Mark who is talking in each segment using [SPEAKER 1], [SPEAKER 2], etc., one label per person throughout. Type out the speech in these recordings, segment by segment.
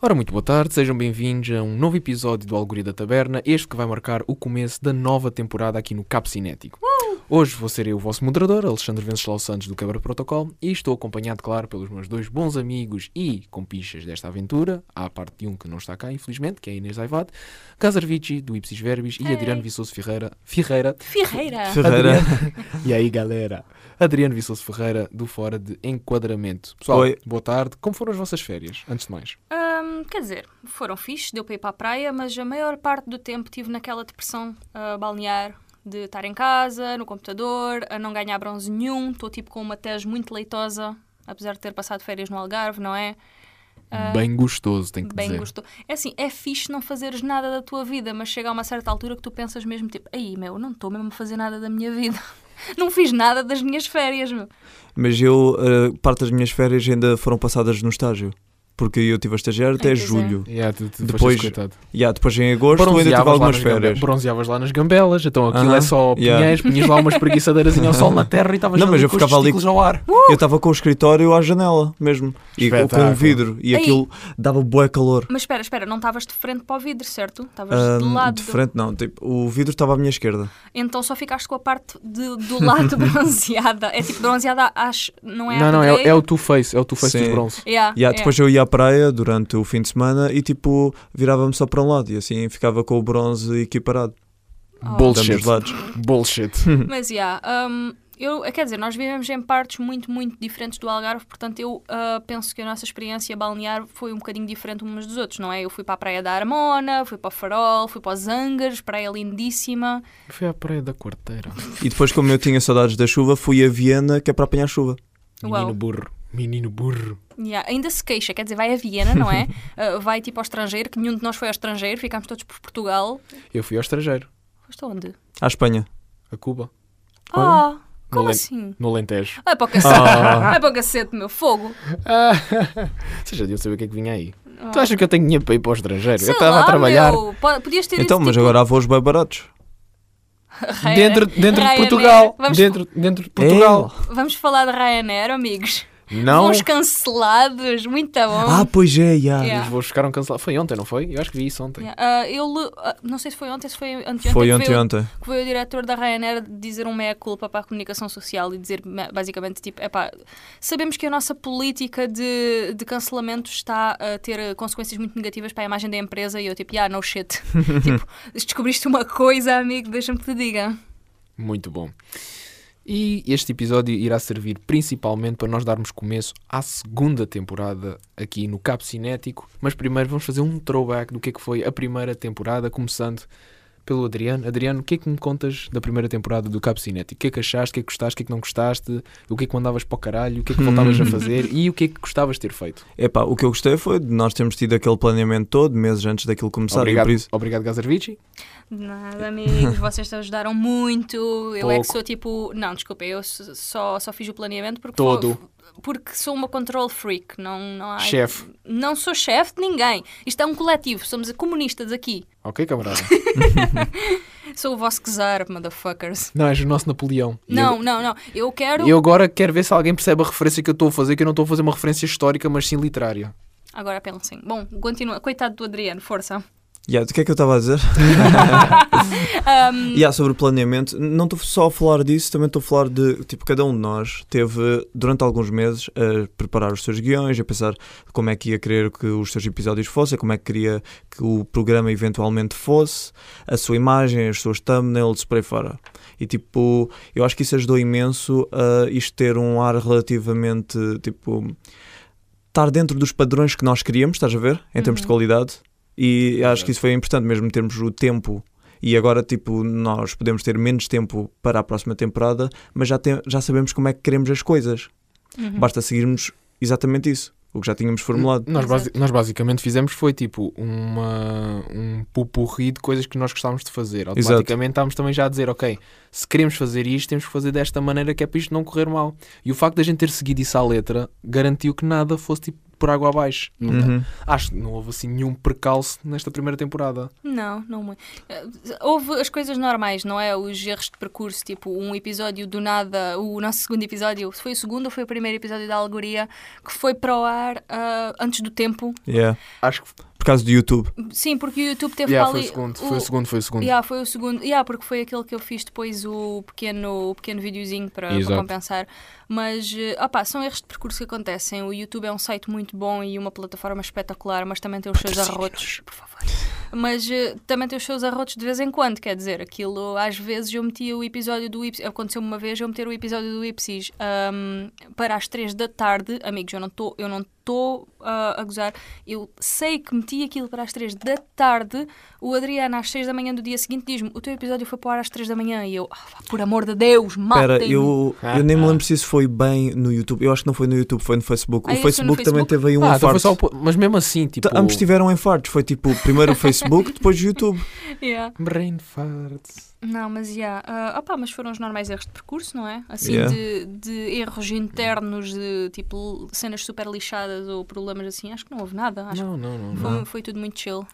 [SPEAKER 1] Ora, muito boa tarde, sejam bem-vindos a um novo episódio do Algoritmo da Taberna, este que vai marcar o começo da nova temporada aqui no Cap Cinético. Hoje vou ser eu o vosso moderador, Alexandre Venceslau Santos do Câmara Protocolo, e estou acompanhado, claro, pelos meus dois bons amigos e compichas desta aventura, à parte de um que não está cá, infelizmente, que é a Inês Aivat, Casarvici, do Ipsis Verbis, e
[SPEAKER 2] Hey.
[SPEAKER 1] Adriano Viçoso Ferreira, Ferreira,
[SPEAKER 2] Ferreira.
[SPEAKER 3] Ferreira.
[SPEAKER 4] E aí, galera?
[SPEAKER 1] Adriano Viçoso Ferreira, do Fora de Enquadramento. Pessoal,
[SPEAKER 3] Oi.
[SPEAKER 1] boa tarde, como foram as vossas férias, antes de mais?
[SPEAKER 2] Ahm, hum, quer dizer, foram fixe, deu para ir para a praia, mas a maior parte do tempo tive naquela depressão ah, balnear de estar em casa, no computador, a não ganhar bronze nenhum, estou tipo com uma tese muito leitosa, apesar de ter passado férias no Algarve, não é?
[SPEAKER 1] Bem gostoso, tenho que
[SPEAKER 2] Bem
[SPEAKER 1] dizer.
[SPEAKER 2] gostoso. É assim, é fixe não fazeres nada da tua vida, mas chega a uma certa altura que tu pensas mesmo tipo, aí meu, não estou mesmo a fazer nada da minha vida. Não fiz nada das minhas férias, meu.
[SPEAKER 3] Mas eu, eh, parte das minhas férias ainda foram passadas no estágio. Porque eu estive a estagiar até
[SPEAKER 2] pois é.
[SPEAKER 3] julho.
[SPEAKER 1] Yeah, tu- tu
[SPEAKER 3] Depois-
[SPEAKER 1] foste coitado.
[SPEAKER 3] E há, depois em agosto ainda tive
[SPEAKER 1] Bronzeavas lá
[SPEAKER 3] algumas
[SPEAKER 1] nas gambe-
[SPEAKER 3] férias.
[SPEAKER 1] Bronzeavas lá nas gambelas, então aquilo
[SPEAKER 3] Aham,
[SPEAKER 1] é só
[SPEAKER 3] yeah.
[SPEAKER 1] pinheiros, punhas lá umas espreguiçadeiras ao sol na terra e estavas
[SPEAKER 3] Não,
[SPEAKER 1] ali
[SPEAKER 3] mas eu
[SPEAKER 1] com os
[SPEAKER 3] ficava ali-
[SPEAKER 1] testículos ao ar.
[SPEAKER 3] Eu estava com o escritório à janela mesmo. E com- com o
[SPEAKER 4] Espetáculo.
[SPEAKER 3] vidro. E
[SPEAKER 2] Ei.
[SPEAKER 3] aquilo dava bué calor.
[SPEAKER 2] Mas espera, espera, não estavas de frente para o vidro, certo? Estavas
[SPEAKER 3] Ah,
[SPEAKER 2] de lado.
[SPEAKER 3] de frente não, tipo, o vidro estava à minha esquerda.
[SPEAKER 2] Então só ficaste com a parte de- do lado bronzeada. É tipo bronzeada, acho. Não é
[SPEAKER 1] Não,
[SPEAKER 2] a
[SPEAKER 1] não,
[SPEAKER 2] grey.
[SPEAKER 1] é, é o Two Face, é o Two Face
[SPEAKER 3] Sim.
[SPEAKER 1] dos bronze.
[SPEAKER 2] Yeah,
[SPEAKER 3] E há,
[SPEAKER 2] yeah.
[SPEAKER 3] depois eu ia à praia durante o fim de semana e tipo virava-me só para um lado e assim ficava com o bronze equiparado.
[SPEAKER 2] Oh.
[SPEAKER 3] de
[SPEAKER 1] Bullshit.
[SPEAKER 3] ambos os lados.
[SPEAKER 1] Bullshit.
[SPEAKER 2] Mas yeah, hum, eu, quer dizer, nós vivemos em partes muito, muito diferentes do Algarve, portanto eu ah, penso que a nossa experiência balnear foi um bocadinho diferente umas dos outros, não é? Eu fui para a Praia da Armona, fui para o Farol, fui para os Angares, praia lindíssima.
[SPEAKER 1] Foi à praia da quarteira.
[SPEAKER 3] E depois, como eu tinha saudades da chuva, fui a Viena que é para apanhar chuva.
[SPEAKER 2] Uau.
[SPEAKER 1] Menino burro. Menino burro.
[SPEAKER 2] Yeah, Ainda se queixa, quer dizer, vai a Viena, não é? Ah, vai tipo ao estrangeiro, que nenhum de nós foi ao estrangeiro, ficámos todos por Portugal.
[SPEAKER 1] Eu fui ao estrangeiro,
[SPEAKER 2] Foste onde?
[SPEAKER 3] À Espanha.
[SPEAKER 1] a Cuba,
[SPEAKER 2] Ah,
[SPEAKER 1] Não
[SPEAKER 2] como
[SPEAKER 1] lembro.
[SPEAKER 2] assim?
[SPEAKER 1] no Alentejo.
[SPEAKER 2] É para o cacete, é para o cacete, meu fogo.
[SPEAKER 1] Ah, Vocês já deviam saber o que é que vinha aí. Tu achas que eu tenho dinheiro para ir para o estrangeiro? eu estava
[SPEAKER 2] Oh. lá,
[SPEAKER 1] a trabalhar
[SPEAKER 2] meu, po- Podias ter
[SPEAKER 3] Então,
[SPEAKER 2] ido,
[SPEAKER 3] mas
[SPEAKER 2] tipo,
[SPEAKER 3] agora há voos bem baratos.
[SPEAKER 2] Ryanair.
[SPEAKER 1] dentro, dentro de
[SPEAKER 2] Ryanair.
[SPEAKER 1] Portugal.
[SPEAKER 2] Vamos,
[SPEAKER 1] Dentro, dentro
[SPEAKER 3] É?
[SPEAKER 1] de Portugal.
[SPEAKER 2] vamos falar de Ryanair, amigos.
[SPEAKER 1] Não.
[SPEAKER 2] Vós cancelados, muito bom.
[SPEAKER 3] Ah, pois é, já.
[SPEAKER 2] Yeah.
[SPEAKER 1] Os voos ficaram cancelados. Foi ontem, não foi? Eu acho que vi isso ontem.
[SPEAKER 2] Yeah, ah, eu le- ah, não sei se foi ontem, se foi anteontem.
[SPEAKER 3] Foi
[SPEAKER 2] que
[SPEAKER 3] um- ontem,
[SPEAKER 2] veio-
[SPEAKER 3] ontem.
[SPEAKER 2] que veio o diretor da Ryanair dizer um meia-culpa para a comunicação social e dizer ma- basicamente tipo, epá, sabemos que a nossa política de, de cancelamento está a ter eh, consequências muito negativas para a imagem da empresa e eu tipo, ah, no shit. tipo, descobriste uma coisa, amigo, deixa-me que te diga.
[SPEAKER 1] Muito bom. E este episódio irá servir principalmente para nós darmos começo à segunda temporada aqui no Cabo Cinético, mas primeiro vamos fazer um throwback do que é que foi a primeira temporada, começando pelo Adriano. Adriano, o que é que me contas da primeira temporada do Cabo Cinético? O que é que achaste, o que é que gostaste, o que é que não gostaste, o que é que mandavas para o caralho, o que é que voltavas a fazer e o que é que gostavas de ter feito?
[SPEAKER 3] Epá, o que eu gostei foi de nós termos tido aquele planeamento todo, meses antes daquilo começar. E
[SPEAKER 1] Obrigado,
[SPEAKER 3] por isso,
[SPEAKER 1] obrigado Gazarvici.
[SPEAKER 2] De Nada, amigos, vocês te ajudaram muito. Eu é que
[SPEAKER 1] Pouco.
[SPEAKER 2] sou tipo. Não, desculpa, eu s- só, só fiz o planeamento porque.
[SPEAKER 1] Todo.
[SPEAKER 2] fo- Porque sou uma control freak. Não, não há-
[SPEAKER 1] Chefe.
[SPEAKER 2] Não sou chefe de ninguém. Isto é um coletivo. Somos comunistas aqui.
[SPEAKER 1] Ok, camarada?
[SPEAKER 2] Sou o vosso czar, motherfuckers.
[SPEAKER 1] não, és o nosso Napoleão. E
[SPEAKER 2] Não, não, não. Eu quero.
[SPEAKER 1] E eu agora quero ver se alguém percebe a referência que eu estou a fazer, que eu não estou a fazer uma referência histórica, mas sim literária.
[SPEAKER 2] Agora pensem. Bom, continua. Coitado do Adriano, força.
[SPEAKER 3] yeah, do que é que eu estava a dizer? Yeah, sobre o planeamento, não estou só a falar disso, também estou a falar de, tipo, cada um de nós teve, durante alguns meses, a preparar os seus guiões, a pensar como é que ia querer que os seus episódios fossem, como é que queria que o programa eventualmente fosse, a sua imagem, as suas thumbnails, por aí fora. E, tipo, eu acho que isso ajudou imenso a isto ter um ar relativamente, tipo, estar dentro dos padrões que nós queríamos, estás a ver? Em termos de qualidade. E acho que isso foi importante, mesmo termos o tempo. E agora, tipo, nós podemos ter menos tempo para a próxima temporada, mas já, tem- já sabemos como é que queremos as coisas. Basta seguirmos exatamente isso, o que já tínhamos formulado.
[SPEAKER 1] Nós, basi-
[SPEAKER 2] Exato.
[SPEAKER 1] nós basicamente fizemos foi tipo uma, um pupurri de coisas que nós gostávamos de fazer. Automaticamente estávamos também já a dizer, ok, se queremos fazer isto, temos que fazer desta maneira que é para isto não correr mal. E o facto da gente ter seguido isso à letra garantiu que nada fosse tipo por água abaixo.
[SPEAKER 3] Uhum.
[SPEAKER 1] Acho que não houve assim nenhum percalço nesta primeira temporada.
[SPEAKER 2] Não, não muito. Eh, Houve as coisas normais, não é? Os erros de percurso, tipo um episódio do nada, o nosso segundo episódio, se foi o segundo ou foi o primeiro episódio da Alegoria, que foi para o ar ah, antes do tempo.
[SPEAKER 3] Yeah.
[SPEAKER 1] Acho que
[SPEAKER 3] Por causa do YouTube.
[SPEAKER 2] Sim, porque o YouTube teve
[SPEAKER 1] yeah,
[SPEAKER 2] para
[SPEAKER 1] foi, o
[SPEAKER 2] ali.
[SPEAKER 1] segundo, foi o segundo, foi o segundo.
[SPEAKER 2] Yeah, foi o segundo. Yeah, porque foi aquele que eu fiz depois o pequeno, o pequeno videozinho para, para
[SPEAKER 1] Exato.
[SPEAKER 2] compensar. Mas, eh, opá, são erros de percurso que acontecem. O YouTube é um site muito bom e uma plataforma espetacular, mas também tem os seus arrotos. Por favor. Mas eh, também tem os seus arrotos de vez em quando, quer dizer, aquilo às vezes eu metia o episódio do Ipsis, aconteceu uma vez eu meter o episódio do Ipsis ahm, para as três da tarde, amigos, eu não estou, eu não estou a gozar, eu sei que meti aquilo para as três da tarde, o Adriano às seis da manhã do dia seguinte diz-me, o teu episódio foi para o ar às três da manhã, e eu, "Ah, vá, por amor de Deus, mata
[SPEAKER 3] Espera, eu, eu nem me lembro se isso foi bem no YouTube. Eu acho que não foi no YouTube, foi no Facebook.
[SPEAKER 2] tá. Ah,
[SPEAKER 3] o
[SPEAKER 2] isso foi no
[SPEAKER 3] Facebook também
[SPEAKER 2] Facebook?
[SPEAKER 3] teve aí um
[SPEAKER 1] Ah, então foi
[SPEAKER 3] infarto.
[SPEAKER 1] só o po- Mas mesmo assim, tipo.
[SPEAKER 3] T- Ambos tiveram infartos. Foi tipo, primeiro o Facebook, depois o YouTube.
[SPEAKER 2] Yeah.
[SPEAKER 1] Brain farts.
[SPEAKER 2] Não, mas já. ah, opá, mas foram os normais erros de percurso, não é? Assim,
[SPEAKER 3] Yeah.
[SPEAKER 2] de, de erros internos, de tipo cenas super lixadas ou problemas assim, acho que não houve nada. Acho
[SPEAKER 1] Não, não, não.
[SPEAKER 2] que
[SPEAKER 1] não.
[SPEAKER 2] foi, foi tudo muito chill.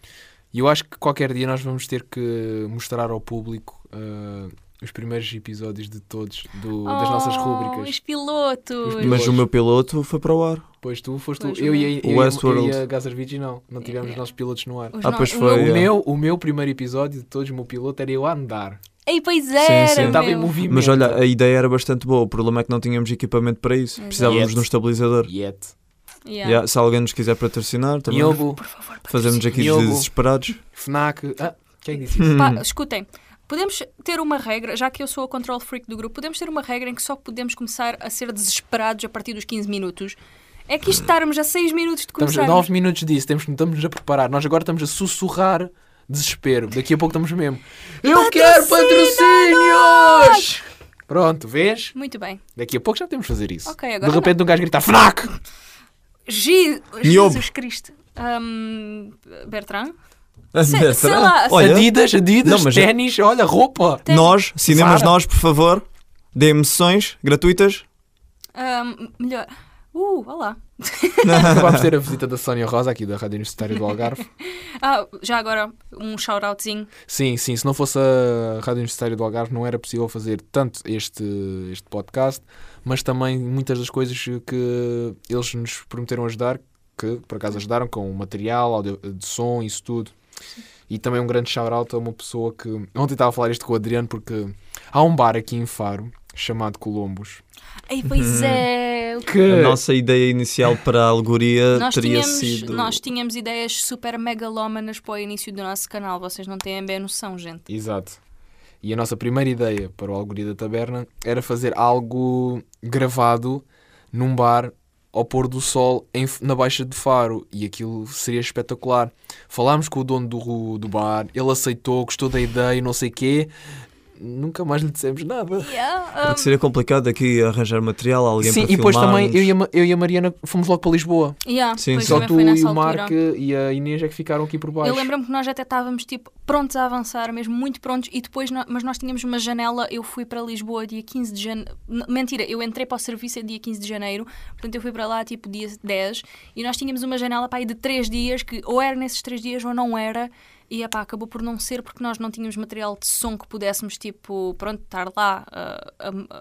[SPEAKER 1] E eu acho que qualquer dia nós vamos ter que mostrar ao público ah, os primeiros episódios de todos do- das nossas
[SPEAKER 2] Oh,
[SPEAKER 1] rúbricas.
[SPEAKER 2] Os pilotos!
[SPEAKER 1] Os
[SPEAKER 3] Mas o meu piloto foi para o ar.
[SPEAKER 1] Pois tu foste
[SPEAKER 2] Pois, É,
[SPEAKER 1] o- eu,
[SPEAKER 2] o
[SPEAKER 1] e a, eu,
[SPEAKER 3] Westworld.
[SPEAKER 1] e a Gazarvigi, não. Não tivemos
[SPEAKER 2] Yeah.
[SPEAKER 1] os nossos pilotos no ar.
[SPEAKER 2] Os
[SPEAKER 3] Ah,
[SPEAKER 2] no-
[SPEAKER 3] pois
[SPEAKER 2] o
[SPEAKER 3] foi,
[SPEAKER 1] O,
[SPEAKER 2] meu-
[SPEAKER 3] yeah.
[SPEAKER 1] meu, o meu primeiro episódio de todos, o meu piloto, era eu a andar.
[SPEAKER 2] Ei, pois era!
[SPEAKER 3] sim.
[SPEAKER 1] Eu estava em
[SPEAKER 2] meu.
[SPEAKER 1] movimento.
[SPEAKER 3] Mas olha, a ideia era bastante boa. O problema é que não tínhamos equipamento para isso.
[SPEAKER 2] Exato.
[SPEAKER 3] Precisávamos
[SPEAKER 1] Yes.
[SPEAKER 3] de um estabilizador.
[SPEAKER 1] Yet.
[SPEAKER 2] Yeah.
[SPEAKER 3] Yeah, se alguém nos quiser patrocinar, também
[SPEAKER 1] Miogo,
[SPEAKER 2] Por favor,
[SPEAKER 3] fazemos aqui
[SPEAKER 1] Diogo.
[SPEAKER 3] os desesperados.
[SPEAKER 1] Fnac. Ah, quem é que disse isso?
[SPEAKER 2] Pá, escutem, podemos ter uma regra, já que eu sou a control freak do grupo, podemos ter uma regra em que só podemos começar a ser desesperados a partir dos 15 minutos. É que isto estarmos a 6 minutos de
[SPEAKER 1] Estamos
[SPEAKER 2] começar.
[SPEAKER 1] a 9 minutos disso, temos, estamos a preparar. Nós agora estamos a sussurrar desespero. Daqui a pouco estamos mesmo. Eu quero patrocínios! Pronto, vês?
[SPEAKER 2] Muito bem.
[SPEAKER 1] Daqui a pouco já podemos fazer isso.
[SPEAKER 2] Ok, agora
[SPEAKER 1] de repente um gajo grita FNAC!
[SPEAKER 2] Je-
[SPEAKER 3] Niobe.
[SPEAKER 2] Jesus Cristo. Hum, Bertrand?
[SPEAKER 3] Será?
[SPEAKER 2] sei lá,
[SPEAKER 3] Olha,
[SPEAKER 1] Adidas, Adidas,
[SPEAKER 3] Não, mas eu-
[SPEAKER 1] ténis, olha, roupa!
[SPEAKER 2] Tem-
[SPEAKER 3] nós, cinemas
[SPEAKER 1] Zara.
[SPEAKER 3] nós, por favor, deem-me sessões gratuitas.
[SPEAKER 2] Hum, melhor. Uh, olá.
[SPEAKER 1] Vamos ter a visita da Sónia Rosa aqui da Rádio Universitária do Algarve.
[SPEAKER 2] Ah, já agora um shout-outzinho.
[SPEAKER 1] Sim, sim, se não fosse a Rádio Universitária do Algarve não era possível fazer tanto este, este podcast, mas também muitas das coisas que eles nos prometeram ajudar, que por acaso ajudaram com o material, áudio de som, isso tudo. E também um grande shout-out a uma pessoa que... Ontem estava a falar isto com o Adriano porque há um bar aqui em Faro chamado Colombos
[SPEAKER 2] Ei, pois é.
[SPEAKER 1] Uhum. que...
[SPEAKER 3] A nossa ideia inicial para a alegoria
[SPEAKER 2] Nós
[SPEAKER 3] teria
[SPEAKER 2] tínhamos,
[SPEAKER 3] sido.
[SPEAKER 2] nós tínhamos ideias super megalómanas para o início do nosso canal. Vocês não têm bem noção, gente.
[SPEAKER 1] Exato. E a nossa primeira ideia para o Algoritmo da Taberna era fazer algo gravado num bar ao pôr do sol em- na Baixa de Faro e aquilo seria espetacular. Falámos com o dono do, ru- do bar, ele aceitou, gostou da ideia, não sei quê. Nunca mais lhe dissemos nada.
[SPEAKER 2] Yeah, um,
[SPEAKER 3] Porque seria complicado aqui arranjar material, alguém
[SPEAKER 1] Sim,
[SPEAKER 3] para
[SPEAKER 1] e depois
[SPEAKER 3] filmar-nos.
[SPEAKER 1] também eu e, a, Ma- eu e a Mariana fomos logo para Lisboa.
[SPEAKER 2] um, yeah,
[SPEAKER 3] Sim,
[SPEAKER 2] pois
[SPEAKER 3] sim.
[SPEAKER 1] Só
[SPEAKER 2] também
[SPEAKER 1] tu
[SPEAKER 2] foi
[SPEAKER 1] e
[SPEAKER 2] nessa
[SPEAKER 1] o
[SPEAKER 2] altura.
[SPEAKER 1] Mark e a Inês é que ficaram aqui por baixo.
[SPEAKER 2] Eu lembro-me que nós até estávamos tipo prontos a avançar, mesmo muito prontos, e depois nó- mas nós tínhamos uma janela, eu fui para Lisboa dia 15 de janeiro. Mentira, eu entrei para o serviço em dia 15 de janeiro, portanto eu fui para lá tipo dia 10 e nós tínhamos uma janela para aí de 3 dias que ou era nesses 3 dias ou não era. E epá, acabou por não ser porque nós não tínhamos material de som que pudéssemos, tipo, pronto, estar lá ah,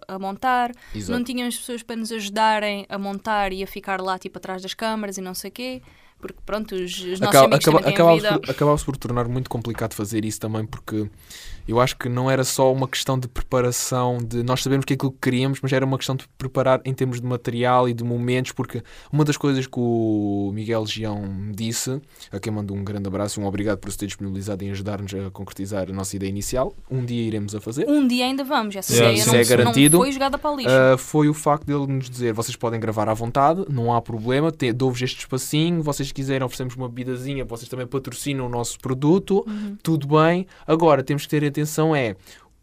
[SPEAKER 2] a, a montar.
[SPEAKER 1] Exato.
[SPEAKER 2] Não tínhamos pessoas para nos ajudarem a montar e a ficar lá, tipo, atrás das câmaras e não sei o quê. Porque, pronto, os, os nossos
[SPEAKER 1] Acaba-
[SPEAKER 2] amigos
[SPEAKER 1] acaba-
[SPEAKER 2] também têm
[SPEAKER 1] acabava-se
[SPEAKER 2] vida.
[SPEAKER 1] por, acabava-se por tornar muito complicado fazer isso também, porque eu acho que não era só uma questão de preparação, de nós sabermos que é aquilo que queríamos, mas era uma questão de preparar em termos de material e de momentos, porque uma das coisas que o Miguel Gião me disse, a quem mando um grande abraço e um obrigado por se ter disponibilizado em ajudar-nos a concretizar a nossa ideia inicial, um dia iremos a fazer.
[SPEAKER 2] Um dia ainda vamos, essa
[SPEAKER 3] Yeah,
[SPEAKER 2] ideia
[SPEAKER 3] isso
[SPEAKER 2] não,
[SPEAKER 1] é garantido.
[SPEAKER 2] não foi jogada para o lixo.
[SPEAKER 1] Ah, foi o facto dele nos dizer: vocês podem gravar à vontade, não há problema, te- dou-vos este espacinho, vocês se quiserem, oferecemos uma bebidazinha, vocês também patrocinam o nosso produto, tudo bem. Agora, temos que ter atenção: é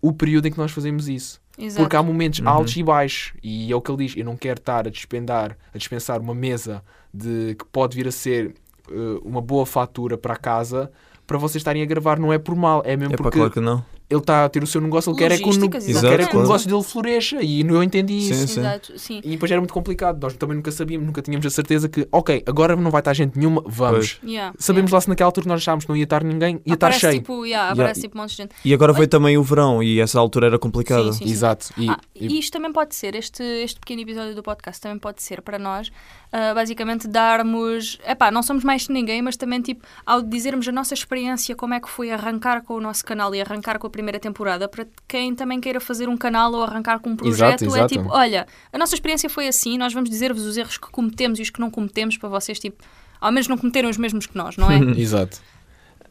[SPEAKER 1] o período em que nós fazemos isso.
[SPEAKER 2] Exato.
[SPEAKER 1] Porque há momentos
[SPEAKER 3] Uhum.
[SPEAKER 1] altos e baixos, e é o que ele diz: eu não quero estar a despendar, a dispensar uma mesa de que pode vir a ser ah, eh, uma boa fatura para a casa. Para vocês estarem a gravar não é por mal, é mesmo
[SPEAKER 3] É para
[SPEAKER 1] porque
[SPEAKER 3] claro que não.
[SPEAKER 1] ele está a ter o seu negócio, ele quer é que o, ne-
[SPEAKER 2] Logísticas,
[SPEAKER 1] ele quer é que o
[SPEAKER 3] exatamente.
[SPEAKER 1] negócio dele floresça e eu entendi isso.
[SPEAKER 3] Sim, sim.
[SPEAKER 2] Exato, sim.
[SPEAKER 1] E depois era muito complicado, nós também nunca sabíamos, nunca tínhamos a certeza que, ok, agora não vai estar gente nenhuma, vamos.
[SPEAKER 2] Yeah,
[SPEAKER 1] Sabemos
[SPEAKER 2] yeah.
[SPEAKER 1] lá se naquela altura nós achámos que não ia estar ninguém, ia estar
[SPEAKER 2] Aparece,
[SPEAKER 1] cheio.
[SPEAKER 2] Tipo, yeah,
[SPEAKER 3] Yeah.
[SPEAKER 2] aparece tipo um monte de gente.
[SPEAKER 3] E agora veio também o verão e essa altura era complicada.
[SPEAKER 2] Sim, sim.
[SPEAKER 1] Exato. E,
[SPEAKER 2] Ah,
[SPEAKER 1] e-
[SPEAKER 2] e isto também pode ser, este, este pequeno episódio do podcast também pode ser para nós, ah, basicamente darmos. Epá, não somos mais que ninguém, mas também, tipo, ao dizermos a nossa experiência, como é que foi arrancar com o nosso canal e arrancar com a primeira temporada, para quem também queira fazer um canal ou arrancar com um projeto,
[SPEAKER 1] Exato, exato.
[SPEAKER 2] é tipo, olha, a nossa experiência foi assim, nós vamos dizer-vos os erros que cometemos e os que não cometemos para vocês, tipo, ao menos não cometerem os mesmos que nós, não é?
[SPEAKER 1] Exato.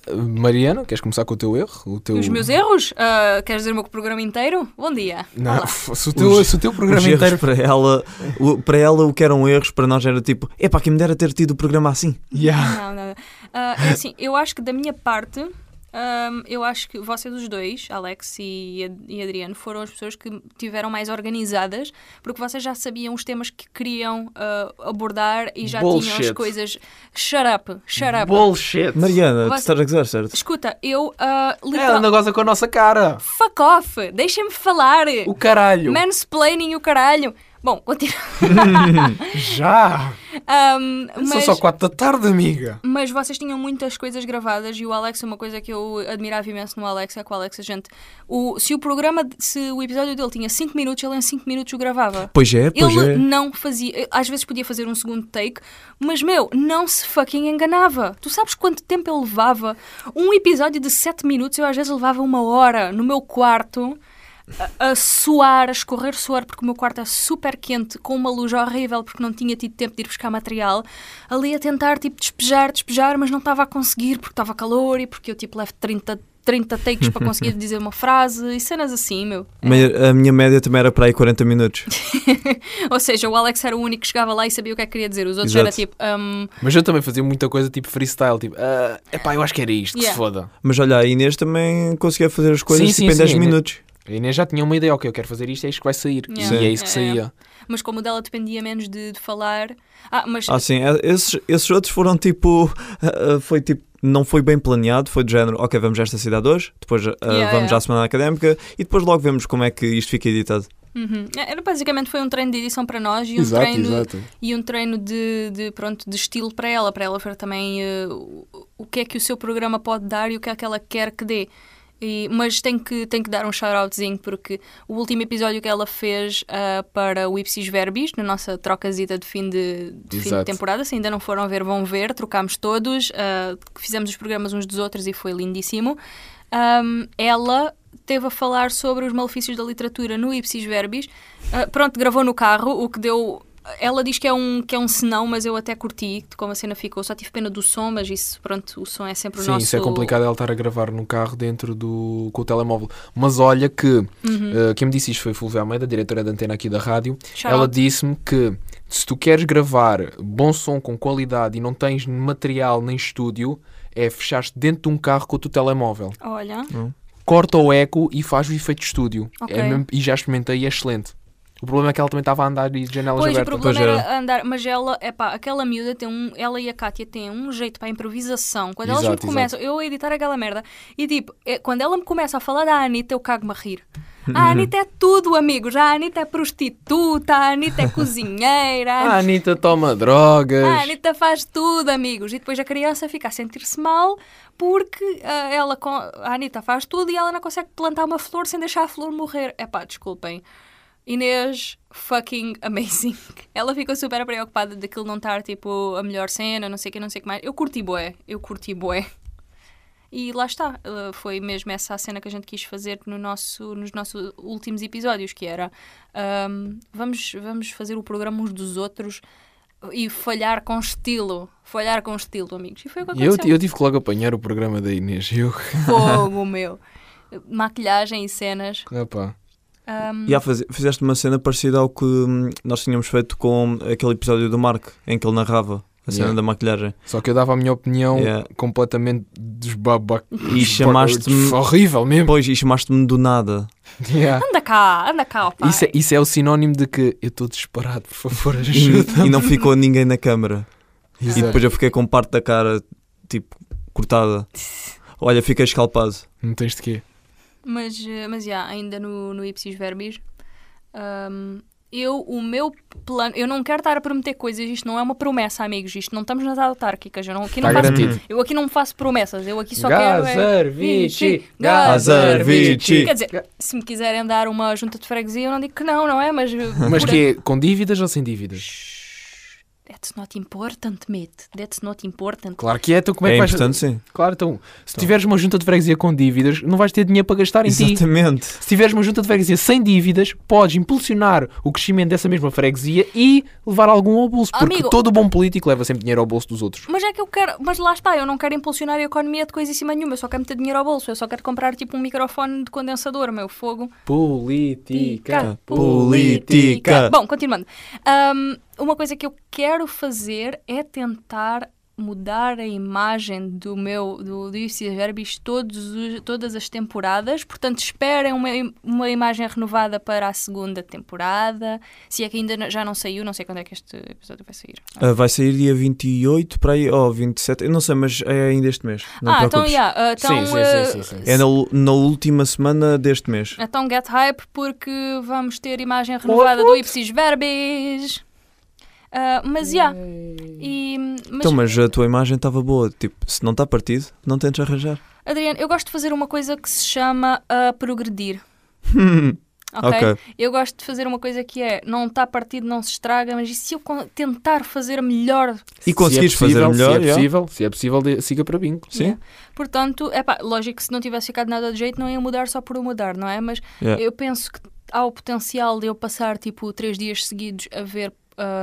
[SPEAKER 1] Uh, Mariana, queres começar com o teu erro? O teu...
[SPEAKER 2] Os meus erros? Ah, queres dizer o meu programa inteiro? Bom dia.
[SPEAKER 1] Não,
[SPEAKER 2] Olá.
[SPEAKER 1] se o teu, se o teu
[SPEAKER 3] Os
[SPEAKER 1] programa
[SPEAKER 3] erros
[SPEAKER 1] inteiro.
[SPEAKER 3] para ela, o, para ela o que eram erros, para nós era tipo, epá, quem me dera ter tido o programa assim.
[SPEAKER 1] Yeah.
[SPEAKER 2] Não, nada. Ah, é assim, eu acho que da minha parte, ahm, eu acho que vocês os dois, Alex e, Ad- e Adriano, foram as pessoas que tiveram mais organizadas, porque vocês já sabiam os temas que queriam ah, abordar e já tinham
[SPEAKER 1] Bullshit.
[SPEAKER 2] as coisas. Shut up, shut up.
[SPEAKER 1] Bullshit.
[SPEAKER 3] Mariana, tu
[SPEAKER 2] Você-
[SPEAKER 3] estás a gozar, certo?
[SPEAKER 2] Escuta, eu ah,
[SPEAKER 1] Ela
[SPEAKER 2] literal...
[SPEAKER 1] não goza com a nossa cara.
[SPEAKER 2] Fuck off! Deixem-me falar!
[SPEAKER 1] O caralho.
[SPEAKER 2] Mansplaining e o caralho! Bom, continua.
[SPEAKER 1] Já.
[SPEAKER 2] Ahm,
[SPEAKER 1] São
[SPEAKER 2] mas-
[SPEAKER 1] só quatro da tarde, amiga.
[SPEAKER 2] Mas vocês tinham muitas coisas gravadas e o Alex, uma coisa que eu admirava imenso no Alex, é que o Alex, a gente. O, se o programa, de- se o episódio dele tinha 5 minutos, ele em 5 minutos o gravava.
[SPEAKER 3] Pois é, pois
[SPEAKER 2] ele
[SPEAKER 3] é.
[SPEAKER 2] não fazia. ele Às vezes podia fazer um segundo take, mas meu, não se fucking enganava. Tu sabes quanto tempo ele levava? Um episódio de 7 minutos, eu às vezes levava uma hora no meu quarto. A, a suar, a escorrer suor, porque o meu quarto é super quente, com uma luz horrível, porque não tinha tido tempo de ir buscar material. Ali a tentar, tipo, despejar, despejar, mas não estava a conseguir, porque estava calor e porque eu, tipo, levo 30, 30 takes para conseguir dizer uma frase e cenas assim, meu.
[SPEAKER 3] Mas a minha média também era para aí 40 minutos.
[SPEAKER 2] Ou seja, o Alex era o único que chegava lá e sabia o que é que queria dizer. Os outros
[SPEAKER 3] Exato.
[SPEAKER 2] era tipo. hum,
[SPEAKER 1] Mas eu também fazia muita coisa tipo freestyle. Tipo, ah, epá, eu acho que era isto, que
[SPEAKER 2] Yeah.
[SPEAKER 1] se foda.
[SPEAKER 3] Mas olha, a Inês também conseguia fazer as coisas
[SPEAKER 1] Sim,
[SPEAKER 3] tipo,
[SPEAKER 1] sim,
[SPEAKER 3] em 10
[SPEAKER 1] sim, a Inês-
[SPEAKER 3] minutos.
[SPEAKER 1] A Inês já tinha uma ideia, ok, eu quero fazer isto, é isto que vai sair.
[SPEAKER 2] Yeah.
[SPEAKER 1] E é isso que
[SPEAKER 2] É, é.
[SPEAKER 1] saía.
[SPEAKER 2] mas como o dela dependia menos de, de falar. Ah, mas.
[SPEAKER 3] Ah, sim, é- esses, esses outros foram tipo. ah, ah, foi tipo. Não foi bem planeado, foi do género, ok, vamos a esta cidade hoje, depois ah,
[SPEAKER 2] Yeah,
[SPEAKER 3] vamos
[SPEAKER 2] yeah.
[SPEAKER 3] à semana académica e depois logo vemos como é que isto fica editado.
[SPEAKER 2] Uhum. Era basicamente foi um treino de edição para nós e um treino, E um treino de, de, pronto, de estilo para ela, para ela ver também eh, o, o que é que o seu programa pode dar e o que é que ela quer que dê. E- mas tem que, tem que dar um shout-outzinho, porque o último episódio que ela fez ah, para o Ipsis Verbis, na nossa trocazita de fim de, de, fim de
[SPEAKER 1] Exato.
[SPEAKER 2] temporada, se ainda não foram ver, vão ver, trocámos todos, ah, fizemos os programas uns dos outros e foi lindíssimo. Ahm, ela teve a falar sobre os malefícios da literatura no Ipsis Verbis. Ah, pronto, gravou no carro, o que deu. Ela diz que é um, que é um senão, mas eu até curti de como a cena ficou. Só tive pena do som, mas isso, pronto, o som é sempre o
[SPEAKER 1] Sim,
[SPEAKER 2] nosso.
[SPEAKER 1] isso é complicado ela estar a gravar no carro dentro do. com o telemóvel. Mas olha que eh, quem me disse isto foi Fulvia Almeida, diretora da antena aqui da rádio.
[SPEAKER 2] Uhum. Shout
[SPEAKER 1] Ela
[SPEAKER 2] out.
[SPEAKER 1] disse-me que se tu queres gravar bom som com qualidade e não tens material nem estúdio, é fechar-te dentro de um carro com o teu telemóvel.
[SPEAKER 2] Olha.
[SPEAKER 1] Corta o eco e faz o efeito de estúdio.
[SPEAKER 2] Ok.
[SPEAKER 1] É mesmo- e já experimentei e é excelente. O problema é que ela também estava a andar e de janelas
[SPEAKER 2] Pois, o
[SPEAKER 1] abertas.
[SPEAKER 2] problema
[SPEAKER 3] Pois
[SPEAKER 2] era andar, mas ela, é pá, aquela miúda tem um, ela e a Kátia têm um jeito para improvisação. Quando elas
[SPEAKER 1] Exato,
[SPEAKER 2] me começam, eu a editar aquela merda, e tipo, é, quando ela me começa a falar da Anitta, eu cago-me a rir. A Anitta é tudo, amigos. A Anitta é prostituta, a Anitta é cozinheira, a
[SPEAKER 1] A Ah, Anitta toma drogas.
[SPEAKER 2] Ah, A Anitta faz tudo, amigos. E depois a criança fica a sentir-se mal porque ah, ela, co- a Anitta faz tudo e ela não consegue plantar uma flor sem deixar a flor morrer. Epá, desculpem. Inês, fucking amazing. Ela ficou super preocupada daquilo não estar, tipo, a melhor cena, não sei o que, não sei o que mais. Eu curti boé, eu curti boé. E lá está, eh, foi mesmo essa a cena que a gente quis fazer no nosso, nos nossos últimos episódios, que era ahm, vamos, vamos fazer o programa uns dos outros e falhar com estilo. Falhar com estilo, amigos. E foi o que
[SPEAKER 1] E eu,
[SPEAKER 2] aconteceu.
[SPEAKER 1] eu tive que logo apanhar o programa da Inês. Eu,
[SPEAKER 2] Fogo, meu. Maquilhagem e cenas.
[SPEAKER 1] Epá.
[SPEAKER 2] Ahm,
[SPEAKER 3] E já faze- fizeste uma cena parecida ao que hum, nós tínhamos feito com aquele episódio do Mark, em que ele narrava a cena
[SPEAKER 1] Yeah.
[SPEAKER 3] da maquilhagem.
[SPEAKER 1] Só que eu dava a minha opinião
[SPEAKER 3] Yeah.
[SPEAKER 1] completamente desbabac...
[SPEAKER 3] E chamaste-me.
[SPEAKER 1] Horrível mesmo.
[SPEAKER 3] Pois, e chamaste-me do nada.
[SPEAKER 1] Yeah.
[SPEAKER 2] Anda cá, anda cá, opa.
[SPEAKER 1] Isso é, isso é o sinónimo de que eu estou disparado, por favor, ajuda.
[SPEAKER 3] E, e não ficou ninguém na câmara. E
[SPEAKER 1] Exato.
[SPEAKER 3] depois eu fiquei com parte da cara, tipo, cortada. Olha, fiquei escalpado.
[SPEAKER 1] Não tens de quê?
[SPEAKER 2] Mas, eh, mas yeah, ainda no, no Ipsis Verbis, hum, eu, o meu plano, eu não quero estar a prometer coisas, isto não é uma promessa, amigos, isto não estamos nas autárquicas, eu, não, aqui não
[SPEAKER 1] Está
[SPEAKER 2] faço,
[SPEAKER 1] Tá garantido.
[SPEAKER 2] eu aqui não faço promessas, eu aqui só quero. é-
[SPEAKER 1] Gazarvici,
[SPEAKER 3] Gazarvici.
[SPEAKER 2] Quer dizer, se me quiserem dar uma junta de freguesia, eu não digo que não, não é? Mas,
[SPEAKER 1] Mas que é com dívidas ou sem dívidas?
[SPEAKER 2] That's not important, mate. That's not important.
[SPEAKER 1] Claro que é, então como é
[SPEAKER 3] É
[SPEAKER 1] que vais...
[SPEAKER 3] importante, sim.
[SPEAKER 1] Claro, então, se tiveres uma junta de freguesia com dívidas, não vais ter dinheiro para gastar em ti.
[SPEAKER 3] Exatamente.
[SPEAKER 1] Se tiveres uma junta de freguesia sem dívidas, podes impulsionar o crescimento dessa mesma freguesia e levar algum ao bolso. Porque
[SPEAKER 2] Amigo-
[SPEAKER 1] todo bom político leva sempre dinheiro ao bolso dos outros.
[SPEAKER 2] Mas é que eu quero, mas lá está, eu não quero impulsionar a economia de coisa em cima nenhuma, eu só quero meter dinheiro ao bolso, eu só quero comprar tipo um microfone de condensador, meu fogo.
[SPEAKER 1] Política.
[SPEAKER 3] política.
[SPEAKER 2] Bom, continuando. Ahm, uma coisa que eu quero fazer é tentar mudar a imagem do meu do, do IFC Verbis todos os- todas as temporadas, portanto esperem uma, im- uma imagem renovada para a segunda temporada, se é que ainda não- já não saiu, não sei quando é que este episódio vai sair.
[SPEAKER 3] Ah, vai sair dia 28 para aí, ou 27, eu não sei, mas é ainda este mês. Não
[SPEAKER 2] ah,
[SPEAKER 3] te
[SPEAKER 2] então,
[SPEAKER 3] preocupes.
[SPEAKER 2] yeah, ah, então,
[SPEAKER 1] Sim, sim,
[SPEAKER 2] ah,
[SPEAKER 1] sim, sim, sim.
[SPEAKER 3] É na, u- na última semana deste mês.
[SPEAKER 2] Então get hype porque vamos ter imagem renovada do Ipsis Verbis. Ah, mas
[SPEAKER 1] Hum.
[SPEAKER 2] já. E, mas,
[SPEAKER 3] Então, mas a tua imagem estava boa. Tipo, se não está partido, não tentes arranjar.
[SPEAKER 2] Adriano, eu gosto de fazer uma coisa que se chama ah, progredir. Ok?
[SPEAKER 3] Ok.
[SPEAKER 2] Eu gosto de fazer uma coisa que é não está partido, não se estraga, mas e se eu con- tentar fazer melhor?
[SPEAKER 3] E conseguires
[SPEAKER 1] se é possível,
[SPEAKER 3] fazer melhor,
[SPEAKER 1] Se é
[SPEAKER 3] yeah.
[SPEAKER 1] possível, se é possível de- siga para bingo.
[SPEAKER 3] Sim.
[SPEAKER 2] Portanto, é pá, lógico que se não tivesse ficado nada de jeito, não ia mudar só por eu mudar, não é? Mas
[SPEAKER 3] Yeah.
[SPEAKER 2] eu penso que há o potencial de eu passar tipo três dias seguidos a ver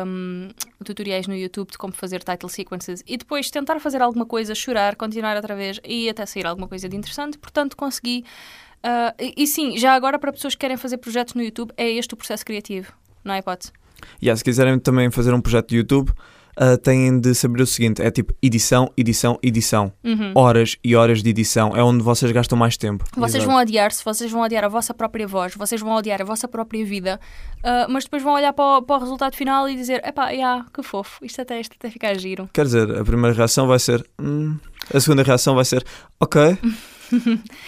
[SPEAKER 2] hum, tutoriais no YouTube de como fazer title sequences e depois tentar fazer alguma coisa, chorar, continuar outra vez e até sair alguma coisa de interessante. Portanto, consegui. ah, e, e sim, já agora para pessoas que querem fazer projetos no YouTube, é este o processo criativo. Não é hipótese?
[SPEAKER 3] Yeah, se quiserem também fazer um projeto de YouTube, ah, têm de saber o seguinte: é tipo edição, edição, edição.
[SPEAKER 2] Uhum.
[SPEAKER 3] Horas e horas de edição. É onde vocês gastam mais tempo.
[SPEAKER 2] Vocês vão adiar-se, vocês vão adiar a vossa própria voz, vocês vão adiar a vossa própria vida, ah, mas depois vão olhar para o, para o resultado final e dizer: epá, yeah, que fofo, isto até, isto até fica giro.
[SPEAKER 3] Quer dizer, a primeira reação vai ser. "Hum." A segunda reação vai ser. Ok.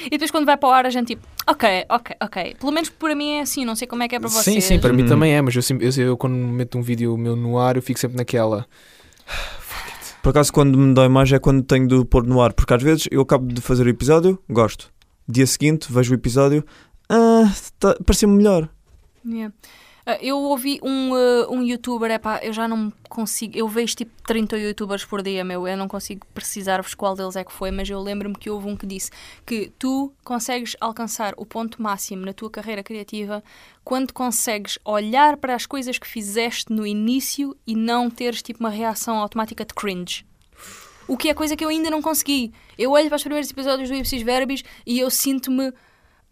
[SPEAKER 2] E depois quando vai para o ar a gente tipo: ok, ok, ok. Pelo menos para mim é assim, não sei como é que é para vocês.
[SPEAKER 1] Sim, sim, para mim
[SPEAKER 3] Hum.
[SPEAKER 1] também é, mas eu, sempre- eu, eu quando meto um vídeo meu no ar, eu fico sempre naquela.
[SPEAKER 3] Por acaso, quando me dói mais é quando tenho de pôr no ar, porque às vezes eu acabo de fazer o episódio, gosto. Dia seguinte, vejo o episódio, ah, tá, parecia melhor.
[SPEAKER 2] Yeah. Ah, eu ouvi um, ah, um youtuber, epá, eu já não consigo, eu vejo tipo 30 youtubers por dia, meu, eu não consigo precisar-vos qual deles é que foi, mas eu lembro-me que houve um que disse que tu consegues alcançar o ponto máximo na tua carreira criativa quando consegues olhar para as coisas que fizeste no início e não teres tipo uma reação automática de cringe. O que é coisa que eu ainda não consegui. Eu olho para os primeiros episódios do Ipsis Verbis e eu sinto-me.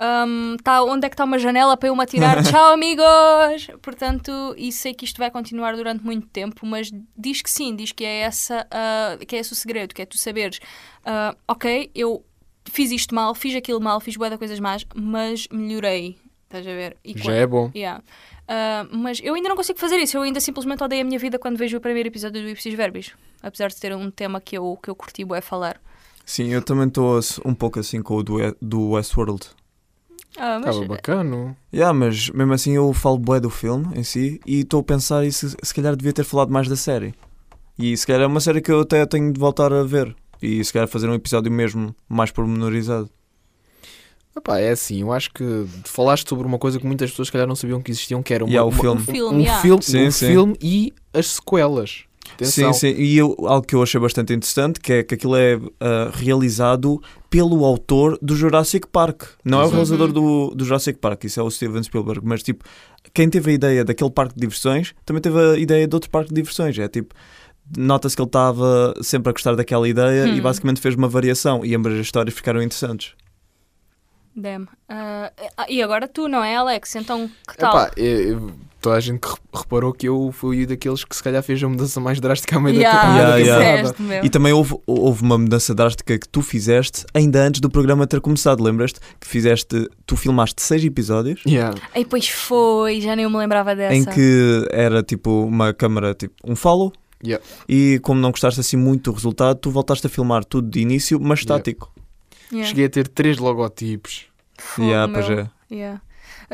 [SPEAKER 2] hum, tá, onde é que está uma janela para eu me atirar? Tchau, amigos! Portanto, e sei que isto vai continuar durante muito tempo, mas diz que sim, diz que é, essa, ah, que é esse o segredo, que é tu saberes. ah, ok, eu fiz isto mal, fiz aquilo mal, fiz boa coisas más, mas melhorei. Estás a ver? E
[SPEAKER 1] Já
[SPEAKER 2] quando-
[SPEAKER 1] é bom.
[SPEAKER 2] Yeah. Ah, mas eu ainda não consigo fazer isso. Eu ainda simplesmente odeio a minha vida quando vejo o primeiro episódio do Ipsis Verbis. Apesar de ter um tema que eu, que eu curti é falar.
[SPEAKER 3] Sim, eu também estou um pouco assim com o do, E- do Westworld.
[SPEAKER 2] Ah, mas,
[SPEAKER 1] Estava bacano.
[SPEAKER 3] Yeah, mas mesmo assim eu falo bué do filme em si e estou a pensar e se, se calhar devia ter falado mais da série. E se calhar é uma série que eu até tenho de voltar a ver. E se calhar fazer um episódio mesmo mais pormenorizado.
[SPEAKER 1] Epá, é assim, eu acho que falaste sobre uma coisa que muitas pessoas se calhar não sabiam que existiam, que era uma,
[SPEAKER 3] E há o
[SPEAKER 1] uma-
[SPEAKER 3] filme.
[SPEAKER 2] Um
[SPEAKER 1] um-
[SPEAKER 2] filme,
[SPEAKER 1] um
[SPEAKER 2] yeah.
[SPEAKER 1] filme,
[SPEAKER 3] Sim,
[SPEAKER 1] um
[SPEAKER 3] sim.
[SPEAKER 1] filme e as sequelas. Atenção.
[SPEAKER 3] Sim, sim. E eu, algo que eu achei bastante interessante que é que aquilo é ah, realizado pelo autor do Jurassic Park. Não é o
[SPEAKER 1] Exato. Uhum.
[SPEAKER 3] realizador do, do Jurassic Park, isso é o Steven Spielberg. Mas tipo, quem teve a ideia daquele parque de diversões também teve a ideia de outro parque de diversões. É tipo. Nota-se que ele estava sempre a gostar daquela ideia
[SPEAKER 1] Uhum.
[SPEAKER 2] Hum.
[SPEAKER 3] e basicamente fez uma variação e ambas as histórias ficaram interessantes.
[SPEAKER 2] damn. Ah, ah, e agora tu, não é, Alex? Então, que tal?
[SPEAKER 1] Epá, eu- eu- toda a gente que re- reparou que eu fui daqueles que se calhar fez a mudança mais drástica à meio da
[SPEAKER 2] Yeah,
[SPEAKER 1] temporada.
[SPEAKER 3] yeah,
[SPEAKER 1] passada.
[SPEAKER 2] disseste, meu.
[SPEAKER 3] E também houve, houve uma mudança drástica que tu fizeste ainda antes do programa ter começado, lembras-te? Que fizeste, tu filmaste seis episódios
[SPEAKER 1] Yeah.
[SPEAKER 2] Ai, pois foi, já nem eu me lembrava dessa.
[SPEAKER 3] em que era tipo uma câmara, tipo um follow.
[SPEAKER 1] Yeah.
[SPEAKER 3] E como não gostaste assim muito do resultado, tu voltaste a filmar tudo de início,
[SPEAKER 1] Yeah.
[SPEAKER 3] mas estático.
[SPEAKER 2] Yeah.
[SPEAKER 1] Cheguei a ter três logotipos.
[SPEAKER 2] Fogo,
[SPEAKER 3] Yeah,
[SPEAKER 2] Oh, meu.
[SPEAKER 3] pois é.
[SPEAKER 2] Yeah.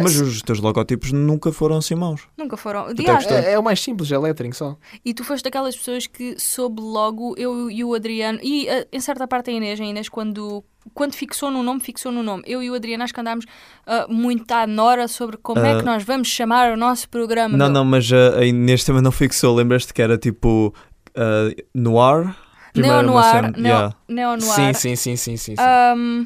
[SPEAKER 3] Mas
[SPEAKER 2] Se-
[SPEAKER 3] os teus logotipos nunca foram assim maus.
[SPEAKER 2] Nunca foram.
[SPEAKER 3] até
[SPEAKER 2] Yeah,
[SPEAKER 3] gostaste.
[SPEAKER 1] É, é o mais simples, é lettering só.
[SPEAKER 2] E tu foste daquelas pessoas que soube logo, eu e o Adriano, e eh, em certa parte a Inês, a Inês quando, quando fixou no nome, fixou no nome. Eu e o Adriano acho que andámos ah, muito à nora sobre como é
[SPEAKER 3] Ah.
[SPEAKER 2] que nós vamos chamar o nosso programa.
[SPEAKER 3] Não,
[SPEAKER 2] meu.
[SPEAKER 3] não, mas uh, a Inês também não fixou. Lembras-te que era tipo uh, Noir? Primeiro uma
[SPEAKER 2] Neo-noir,
[SPEAKER 3] cena-
[SPEAKER 2] neo,
[SPEAKER 3] yeah.
[SPEAKER 2] neo-noir.
[SPEAKER 1] Sim, sim, sim, sim, sim. sim.
[SPEAKER 2] Ah, Ahm,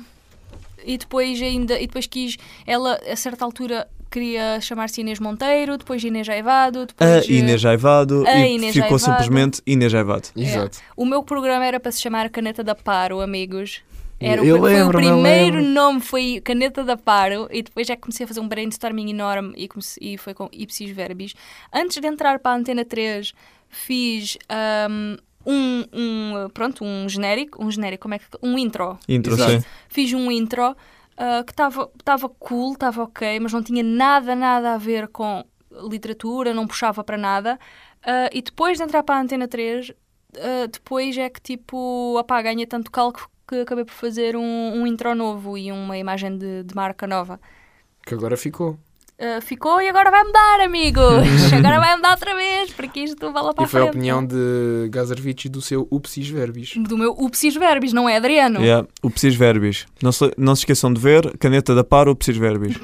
[SPEAKER 2] e depois ainda, e depois quis, ela a certa altura queria chamar-se Inês Monteiro, depois Inês Aivado,
[SPEAKER 1] Ah,
[SPEAKER 3] A
[SPEAKER 2] depois... eh,
[SPEAKER 3] Inês Jaivado
[SPEAKER 2] A
[SPEAKER 3] e
[SPEAKER 2] Inês
[SPEAKER 3] ficou
[SPEAKER 2] Jaivado.
[SPEAKER 3] simplesmente Inês Jaivado.
[SPEAKER 1] Exato.
[SPEAKER 2] eh, O meu programa era para se chamar Caneta da Paro, amigos. Era o-
[SPEAKER 1] Eu
[SPEAKER 2] foi o
[SPEAKER 1] lembro-me, eu
[SPEAKER 2] primeiro
[SPEAKER 1] lembro.
[SPEAKER 2] nome, foi Caneta da Paro, e depois já comecei a fazer um brainstorming enorme e, comece- e foi com ipsis verbis. Antes de entrar para a Antena 3, fiz ahm, um, um, pronto, um genérico, um genérico, como é que, um intro.
[SPEAKER 3] Intro,
[SPEAKER 1] Exato.
[SPEAKER 3] sim.
[SPEAKER 2] Fiz um intro ah, que estava cool, estava ok, mas não tinha nada, nada a ver com literatura, não puxava para nada. Ah, e depois de entrar para a Antena 3, ah, depois é que tipo, apá, ganhei tanto cálculo que acabei por fazer um, um intro novo e uma imagem de, de marca nova. é.
[SPEAKER 1] Que agora ficou.
[SPEAKER 2] Ah, ficou e agora vai mudar, amigos! agora vai mudar outra vez, porque isto vai lá para
[SPEAKER 1] E foi a
[SPEAKER 2] frente.
[SPEAKER 1] opinião de Gazarvich e do seu Upsis Verbis.
[SPEAKER 2] Do meu upsis verbis, não é, Adriano?
[SPEAKER 3] Yeah, o Precis Verbis. Não se, não se esqueçam de ver, caneta da par, o Precis Verbis.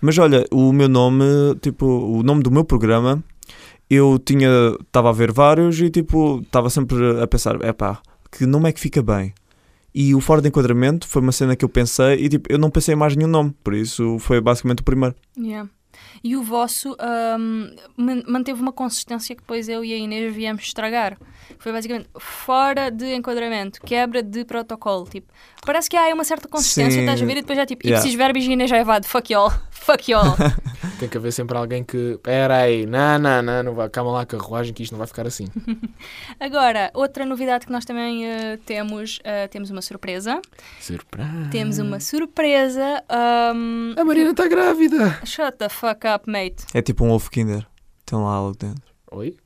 [SPEAKER 3] Mas olha, o meu nome, tipo, o nome do meu programa, eu tinha, estava a ver vários e tipo, estava sempre a pensar, epá, que nome é que fica bem? E o fora de enquadramento foi uma cena que eu pensei e tipo, eu não pensei em mais nenhum nome, por isso foi basicamente o primeiro.
[SPEAKER 2] Yeah. E o vosso ahm, man- manteve uma consistência que depois eu e a Inês viemos estragar. Foi basicamente fora de enquadramento, quebra de protocolo. Tipo, parece que há aí uma certa consistência,
[SPEAKER 3] Sim.
[SPEAKER 2] estás a ver? E depois já tipo,
[SPEAKER 3] Yeah.
[SPEAKER 2] ipsis verbis e Inês Aivado, fuck y'all, fuck y'all.
[SPEAKER 1] Tem que haver sempre alguém que. Pera aí, não, não, não, não vai, calma lá a carruagem que isto não vai ficar assim.
[SPEAKER 2] Agora, outra novidade que nós também eh, temos, eh, temos uma surpresa.
[SPEAKER 1] Surpresa.
[SPEAKER 2] Temos um- uma surpresa. ahm,
[SPEAKER 1] A Marina está
[SPEAKER 3] Ah.
[SPEAKER 1] grávida!
[SPEAKER 2] Shut the fuck up, mate.
[SPEAKER 3] É tipo um ovo Kinder, tem lá algo dentro.
[SPEAKER 1] Oi?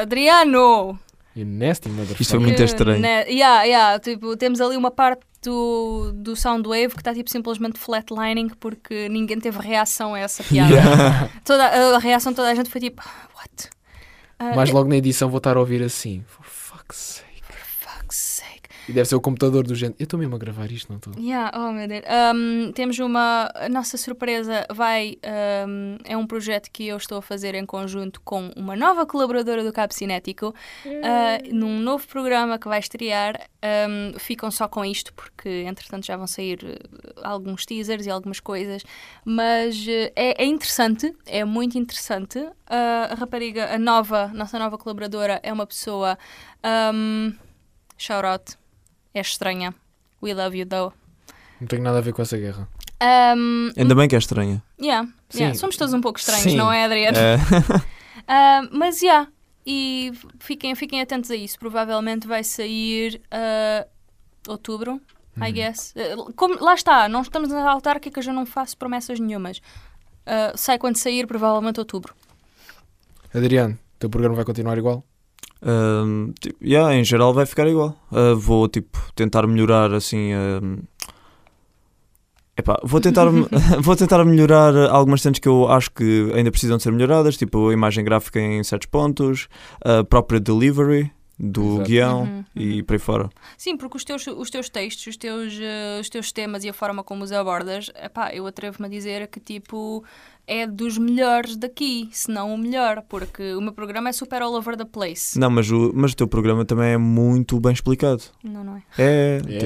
[SPEAKER 2] Adriano!
[SPEAKER 1] You nasty
[SPEAKER 3] Isto foi
[SPEAKER 1] motherfucker.
[SPEAKER 3] muito
[SPEAKER 2] Eh,
[SPEAKER 3] estranho.
[SPEAKER 2] né, yeah, yeah, tipo, temos ali uma parte do, do Soundwave que está tipo, simplesmente flatlining porque ninguém teve reação a essa piada. Toda, a reação de toda a gente foi tipo, what? Ah,
[SPEAKER 1] Mas
[SPEAKER 2] eh,
[SPEAKER 1] logo na edição vou estar a ouvir assim. For fuck's sake.
[SPEAKER 2] for fuck's sake.
[SPEAKER 1] E deve ser o computador do género. Eu estou mesmo a gravar isto, não estou?
[SPEAKER 2] Yeah, oh meu Deus. Um, temos uma. A nossa surpresa vai. um, é um projeto que eu estou a fazer em conjunto com uma nova colaboradora do Cabo Cinético, uh, num novo programa que vai estrear. Um, ficam só com isto, porque entretanto já vão sair uh, alguns teasers e algumas coisas. Mas uh, é, é interessante, é muito interessante. Uh, a rapariga, a nova, nossa nova colaboradora, é uma pessoa. Um, shout out. É estranha. We love you though.
[SPEAKER 1] Não tenho nada a ver com essa guerra.
[SPEAKER 2] Um,
[SPEAKER 3] Ainda bem que é estranha.
[SPEAKER 2] yeah, yeah,
[SPEAKER 1] Sim.
[SPEAKER 2] Somos todos um pouco estranhos,
[SPEAKER 1] Sim. Eh.
[SPEAKER 2] não é, Adriano?
[SPEAKER 3] É.
[SPEAKER 2] Um, mas yeah, e fiquem, fiquem atentos a isso. Provavelmente vai sair uh, outubro, I
[SPEAKER 1] Uhum.
[SPEAKER 2] guess. Uh, como- lá está, não estamos nas autárquicas, eu não faço promessas nenhumas. Uh, sai quando sair, provavelmente outubro.
[SPEAKER 1] Adriano, teu programa vai continuar igual?
[SPEAKER 3] Ahm, tipo, yeah, em geral vai ficar igual. Ah, vou tipo tentar melhorar assim. ahm, epá, vou tentar vou tentar melhorar algumas cenas que eu acho que ainda precisam de ser melhoradas, tipo a imagem gráfica em certos pontos, a própria delivery do
[SPEAKER 1] Exato.
[SPEAKER 3] guião
[SPEAKER 2] Uhum,
[SPEAKER 3] e por aí fora.
[SPEAKER 2] Sim, porque os teus, os teus textos, os teus, eh, os teus temas e a forma como os abordas, epá, eu atrevo-me a dizer que tipo é dos melhores daqui, se não o melhor, porque o meu programa é super all over the place.
[SPEAKER 3] Não, mas o, mas o teu programa também é muito bem explicado.
[SPEAKER 2] Não, não é?
[SPEAKER 3] É,
[SPEAKER 1] É.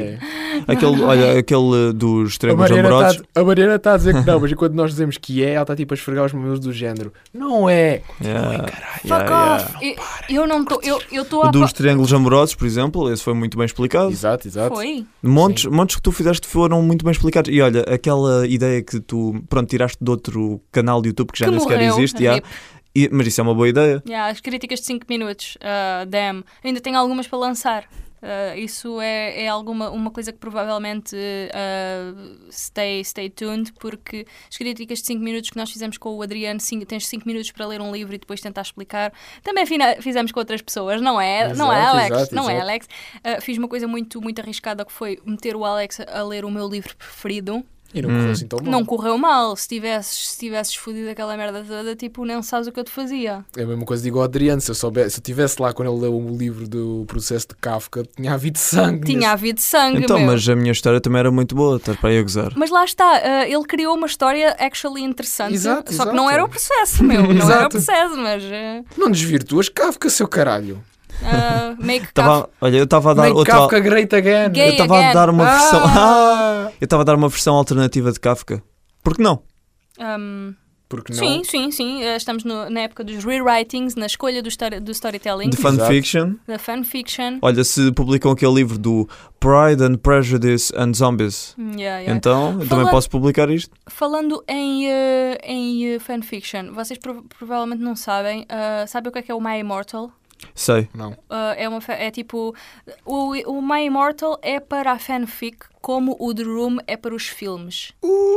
[SPEAKER 3] tipo, aquele, olha, aquele dos extremos amorosos.
[SPEAKER 1] a Mariana tá está a dizer que não, mas enquanto nós dizemos que é, ela está tipo a esfregar os mamilos do género. Não é!
[SPEAKER 3] Yeah, yeah,
[SPEAKER 2] Fuck
[SPEAKER 3] yeah.
[SPEAKER 2] off! Eu- Eu não estou. Eu estou
[SPEAKER 3] O
[SPEAKER 2] a.
[SPEAKER 3] dos triângulos amorosos, por exemplo, esse foi muito bem explicado.
[SPEAKER 1] Exato, exato.
[SPEAKER 2] Foi?
[SPEAKER 3] Montes, montes que tu fizeste foram muito bem explicados. E olha, aquela ideia que tu, pronto, tiraste de outro canal de YouTube que já
[SPEAKER 2] que
[SPEAKER 3] nem
[SPEAKER 2] morreu. tipo.
[SPEAKER 3] sequer existe,
[SPEAKER 2] Rip.
[SPEAKER 3] yeah. E- mas isso é uma boa ideia.
[SPEAKER 2] uh, Yeah, as críticas de 5 minutos, ah, damn. Ainda tenho algumas para lançar. Uh, isso é, é alguma uma coisa que provavelmente uh, stay, stay tuned, porque as críticas de 5 minutos que nós fizemos com o Adriano, cinco, tens 5 minutos para ler um livro e depois tentar explicar, também fina- fizemos com outras pessoas, não é? não é,
[SPEAKER 1] Exato,
[SPEAKER 2] Alex?
[SPEAKER 1] exato,
[SPEAKER 2] não é,
[SPEAKER 1] exato.
[SPEAKER 2] Alex? Uh, fiz uma coisa muito, muito arriscada que foi meter o Alex a ler o meu livro preferido.
[SPEAKER 1] E não correu
[SPEAKER 3] Hum.
[SPEAKER 1] assim tão mal.
[SPEAKER 2] Não correu mal. Se tivesses, se tivesses fodido aquela merda toda, tipo, não sabes o que eu te fazia.
[SPEAKER 1] É a mesma coisa digo ao Adriano, se eu soubesse, se eu estivesse lá quando ele leu o livro do processo de Kafka, tinha havido sangue.
[SPEAKER 2] Tinha havido sangue,
[SPEAKER 3] Então,
[SPEAKER 2] meu.
[SPEAKER 3] mas a minha história também era muito boa, estar para aí a gozar.
[SPEAKER 2] Mas lá está, ah, ele criou uma história actually interessante,
[SPEAKER 1] Exato,
[SPEAKER 2] só que
[SPEAKER 1] exato.
[SPEAKER 2] não era o processo, meu. Não era o
[SPEAKER 1] Exato.
[SPEAKER 2] processo, mas. ah,
[SPEAKER 1] nesse- Não desvirtuas Kafka, seu caralho.
[SPEAKER 2] ah, meio que.
[SPEAKER 3] Tava, olha, eu estava a dar
[SPEAKER 1] Make
[SPEAKER 3] outra.
[SPEAKER 1] Kafka great again.
[SPEAKER 2] Gay
[SPEAKER 3] Eu estava a
[SPEAKER 2] again.
[SPEAKER 3] dar uma versão.
[SPEAKER 1] Ah!
[SPEAKER 3] Eu estava a dar uma versão alternativa de Kafka. Porque não?
[SPEAKER 2] ahm,
[SPEAKER 1] Porque não?
[SPEAKER 2] um, sim, sim, sim. ah, estamos no- na época dos rewritings, na escolha do, story- do storytelling,
[SPEAKER 3] De Oh.
[SPEAKER 1] fan-
[SPEAKER 3] fanfiction.
[SPEAKER 2] da fanfiction.
[SPEAKER 3] Olha, se publicam aquele livro do Pride and Prejudice and Zombies.
[SPEAKER 2] Yeah, yeah.
[SPEAKER 3] Então, eu também
[SPEAKER 2] Falando-
[SPEAKER 3] posso publicar isto.
[SPEAKER 2] Falando em, ah, em ah, fanfiction, vocês prov- provavelmente não sabem. ah, sabem o que é, que é o My Immortal?
[SPEAKER 3] Sei.
[SPEAKER 1] Não.
[SPEAKER 2] Uh, é, uma, fa- é tipo. O, o My Immortal é para a fanfic como o The Room é para os filmes.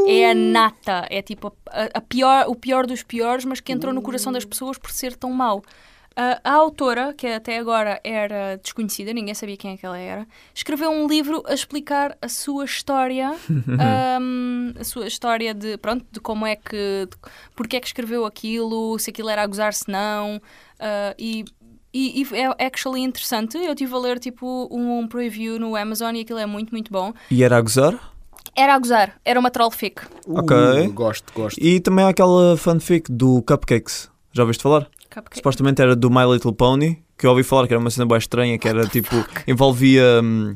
[SPEAKER 2] É a nata. É tipo a, a pior, o pior dos piores, mas que entrou no coração das pessoas por ser tão mau. Uh, a autora, que até agora era desconhecida, ninguém sabia quem é que ela era, escreveu um livro a explicar a sua história, um, a sua história de, pronto, de como é que, de porque é que escreveu aquilo, se aquilo era a gozar, se não, uh, e e, e é actually interessante. Eu estive a ler tipo um preview no Amazon e aquilo é muito, muito bom.
[SPEAKER 3] E era a gozar?
[SPEAKER 2] Era a gozar, era uma trollfic.
[SPEAKER 3] Ok.
[SPEAKER 1] Uh, gosto, gosto.
[SPEAKER 3] E também há aquela fanfic do Cupcakes. Já ouviste falar?
[SPEAKER 2] Cupcake.
[SPEAKER 3] Supostamente era do My Little Pony, que eu ouvi falar que era uma cena bem estranha, que era tipo. envolvia hum,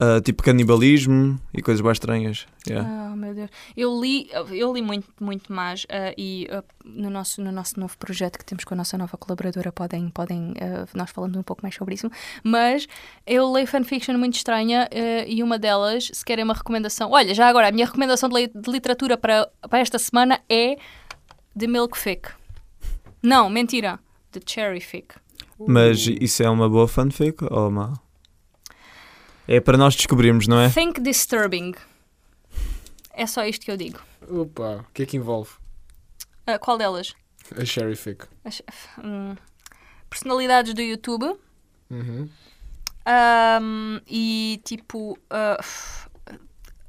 [SPEAKER 3] ah, tipo canibalismo e coisas bem estranhas. Yeah.
[SPEAKER 2] Ah, meu Deus. Eu li, eu li muito, muito mais ah, e ah, no, nosso, no nosso novo projeto que temos com a nossa nova colaboradora podem, podem ah, nós falamos um pouco mais sobre isso, mas eu leio fanfiction muito estranha ah, e uma delas, se querem uma recomendação, olha, já agora, a minha recomendação de, lei- de literatura para, para esta semana é The Milk Fic. Não, mentira. The Cherry Fic.
[SPEAKER 1] Ah.
[SPEAKER 3] Mas isso é uma boa fanfic ou uma. É para nós descobrirmos, não é?
[SPEAKER 2] Think Disturbing. É só isto que eu digo.
[SPEAKER 1] Opa, o que é que envolve?
[SPEAKER 2] Ah, qual delas?
[SPEAKER 1] A Sherry Fick.
[SPEAKER 2] As- hum, personalidades do YouTube.
[SPEAKER 1] Uhum.
[SPEAKER 2] Ahm, e tipo. ah,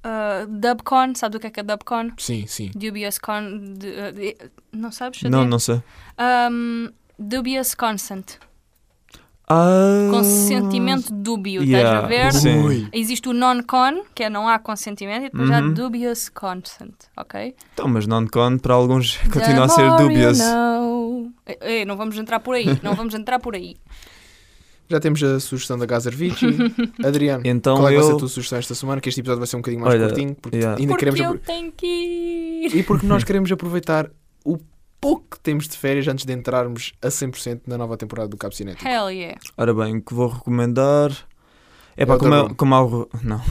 [SPEAKER 2] ah, Dubcon, sabes o que é que é Dubcon?
[SPEAKER 1] Sim, sim.
[SPEAKER 2] Dubious Con. de- de- não sabes?
[SPEAKER 3] Não,
[SPEAKER 2] Xavier?
[SPEAKER 3] não sei.
[SPEAKER 2] Ahm, dubious Consent.
[SPEAKER 3] Ah,
[SPEAKER 2] Consentimento dúbio, estás
[SPEAKER 3] yeah,
[SPEAKER 2] a ver?
[SPEAKER 3] Sim.
[SPEAKER 1] Ui.
[SPEAKER 2] Existe o non-con, que é não há consentimento, e depois há
[SPEAKER 3] Uhum.
[SPEAKER 2] dubious consent, ok?
[SPEAKER 3] Então, mas non-con para alguns
[SPEAKER 2] The
[SPEAKER 3] continua a ser
[SPEAKER 2] more you
[SPEAKER 3] dubious.
[SPEAKER 2] know. Ei, ei, não vamos entrar por aí, não vamos entrar por aí.
[SPEAKER 1] Já temos a sugestão da Gazer Vici. Adriano,
[SPEAKER 3] Então
[SPEAKER 1] qual é que vai ser
[SPEAKER 3] eu.
[SPEAKER 1] a tua sugestão esta semana? Que este episódio vai ser um bocadinho mais
[SPEAKER 3] Olha,
[SPEAKER 1] curtinho, porque
[SPEAKER 3] yeah.
[SPEAKER 1] ainda
[SPEAKER 2] Porque
[SPEAKER 1] queremos.
[SPEAKER 2] eu
[SPEAKER 1] apro-
[SPEAKER 2] tenho que ir.
[SPEAKER 1] E porque nós queremos aproveitar o pouco que temos de férias antes de entrarmos a 100% na nova temporada do Cabo Cinético.
[SPEAKER 2] Hell yeah.
[SPEAKER 3] Ora bem, o que vou recomendar. É
[SPEAKER 1] É
[SPEAKER 3] pá,
[SPEAKER 1] o
[SPEAKER 3] como,
[SPEAKER 1] The
[SPEAKER 3] é,
[SPEAKER 1] Room.
[SPEAKER 3] como há o re- Não.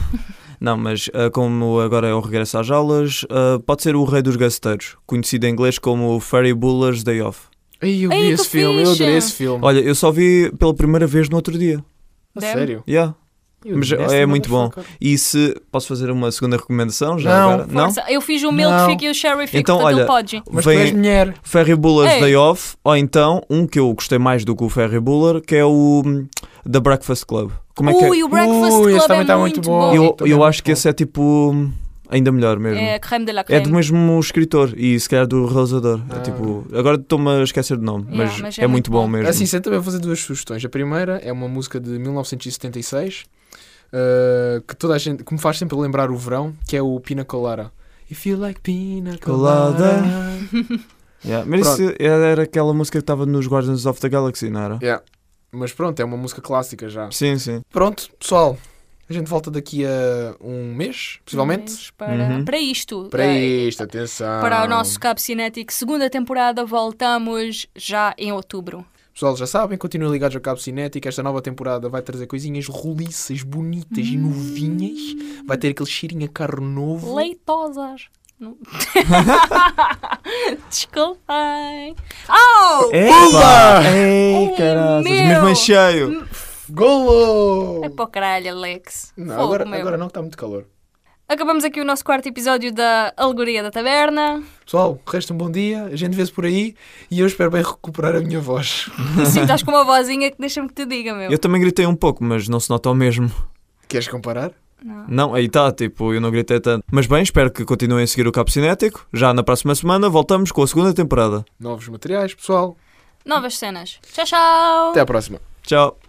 [SPEAKER 3] Não, mas ah, como agora é o regresso às aulas, ah, pode ser o Rei dos Gaceteiros, conhecido em inglês como Ferry Bueller's Day Off.
[SPEAKER 1] Ei, eu vi
[SPEAKER 2] Ei, que
[SPEAKER 1] esse filme, eu
[SPEAKER 2] fixe!
[SPEAKER 1] adorei esse filme.
[SPEAKER 3] Olha, eu só vi pela primeira vez no outro dia.
[SPEAKER 1] A
[SPEAKER 2] Damn.
[SPEAKER 1] sério?
[SPEAKER 3] Yeah.
[SPEAKER 1] Eu
[SPEAKER 3] Mas
[SPEAKER 1] nasty
[SPEAKER 3] é muito bom.
[SPEAKER 1] motherfucker.
[SPEAKER 3] E se. Posso fazer uma segunda recomendação já
[SPEAKER 1] Não.
[SPEAKER 3] agora? Não?
[SPEAKER 2] Força, Eu fiz o
[SPEAKER 1] Não.
[SPEAKER 2] milkshake e o sherry fic,
[SPEAKER 3] Então,
[SPEAKER 2] portanto
[SPEAKER 3] olha,
[SPEAKER 2] ele pode.
[SPEAKER 1] Mas tu és
[SPEAKER 3] Vem
[SPEAKER 1] mulher.
[SPEAKER 3] Ferry Bueller's
[SPEAKER 2] Ei.
[SPEAKER 3] Day Off, ou então um que eu gostei mais do que o Ferry Bueller, que é o hum, The Breakfast Club. Como é que é?
[SPEAKER 2] Ui, o Breakfast
[SPEAKER 1] Ui, esse
[SPEAKER 2] Club é
[SPEAKER 1] também tá
[SPEAKER 2] muito,
[SPEAKER 1] muito
[SPEAKER 2] bom.
[SPEAKER 1] bom.
[SPEAKER 3] Eu,
[SPEAKER 1] Também
[SPEAKER 3] eu
[SPEAKER 1] é
[SPEAKER 3] acho
[SPEAKER 1] muito
[SPEAKER 3] que
[SPEAKER 1] bom.
[SPEAKER 3] esse é tipo ainda melhor mesmo.
[SPEAKER 2] É
[SPEAKER 3] É,
[SPEAKER 2] a creme de la creme.
[SPEAKER 3] do mesmo escritor e se calhar do realizador. É
[SPEAKER 1] Ah.
[SPEAKER 3] tipo, agora estou-me a esquecer do nome,
[SPEAKER 2] Yeah,
[SPEAKER 3] mas, é, muito bom, mesmo.
[SPEAKER 1] Assim, sei também vou fazer duas sugestões. A primeira é uma música de 1976 uh, que toda a gente que me faz sempre lembrar o verão, que é o Pina Colada. If you like Pina Colada.
[SPEAKER 3] Colada. Yeah, Mas isso era aquela música que estava nos Guardians of the Galaxy, não era?
[SPEAKER 1] Yeah. Mas pronto, é uma música clássica já.
[SPEAKER 3] Sim, sim.
[SPEAKER 1] Pronto, pessoal, a gente volta daqui a um mês, possivelmente.
[SPEAKER 2] Mas Para,
[SPEAKER 3] Uhum.
[SPEAKER 2] para isto.
[SPEAKER 1] Para
[SPEAKER 2] eh,
[SPEAKER 1] isto, atenção.
[SPEAKER 2] Para o nosso Cabo Cinético, segunda temporada, voltamos já em outubro.
[SPEAKER 1] Pessoal, já sabem, continuem ligados ao Cabo Cinético. Esta nova temporada vai trazer coisinhas roliças, bonitas
[SPEAKER 2] Hum.
[SPEAKER 1] e novinhas. Vai ter aquele cheirinho a carro novo.
[SPEAKER 2] Leitosas. Não. Desculpem. Oh!
[SPEAKER 3] Epa! Ei,
[SPEAKER 2] Ei,
[SPEAKER 3] caralho,
[SPEAKER 2] meu!
[SPEAKER 3] Oh, mesmo em cheio.
[SPEAKER 1] Golo!
[SPEAKER 2] É para o caralho, Alex.
[SPEAKER 1] Não,
[SPEAKER 2] Fogo,
[SPEAKER 1] agora,
[SPEAKER 2] meu.
[SPEAKER 1] agora não, que está muito calor.
[SPEAKER 2] Acabamos aqui o nosso quarto episódio da Alegoria da Taberna.
[SPEAKER 1] Pessoal, resta um bom dia, a gente vê-se por aí e eu espero bem recuperar a minha voz.
[SPEAKER 2] Sim, estás com uma vozinha que deixa-me que te diga, meu.
[SPEAKER 3] Eu também gritei um pouco, mas não se nota o mesmo.
[SPEAKER 1] Queres comparar?
[SPEAKER 3] Não, aí está, tipo, eu não gritei tanto. Mas bem, espero que continuem a seguir o Cabo Cinético. Já na próxima semana voltamos com a segunda temporada.
[SPEAKER 1] Novos materiais, pessoal.
[SPEAKER 2] Novas cenas. Tchau, tchau!
[SPEAKER 1] Até à próxima.
[SPEAKER 3] Tchau.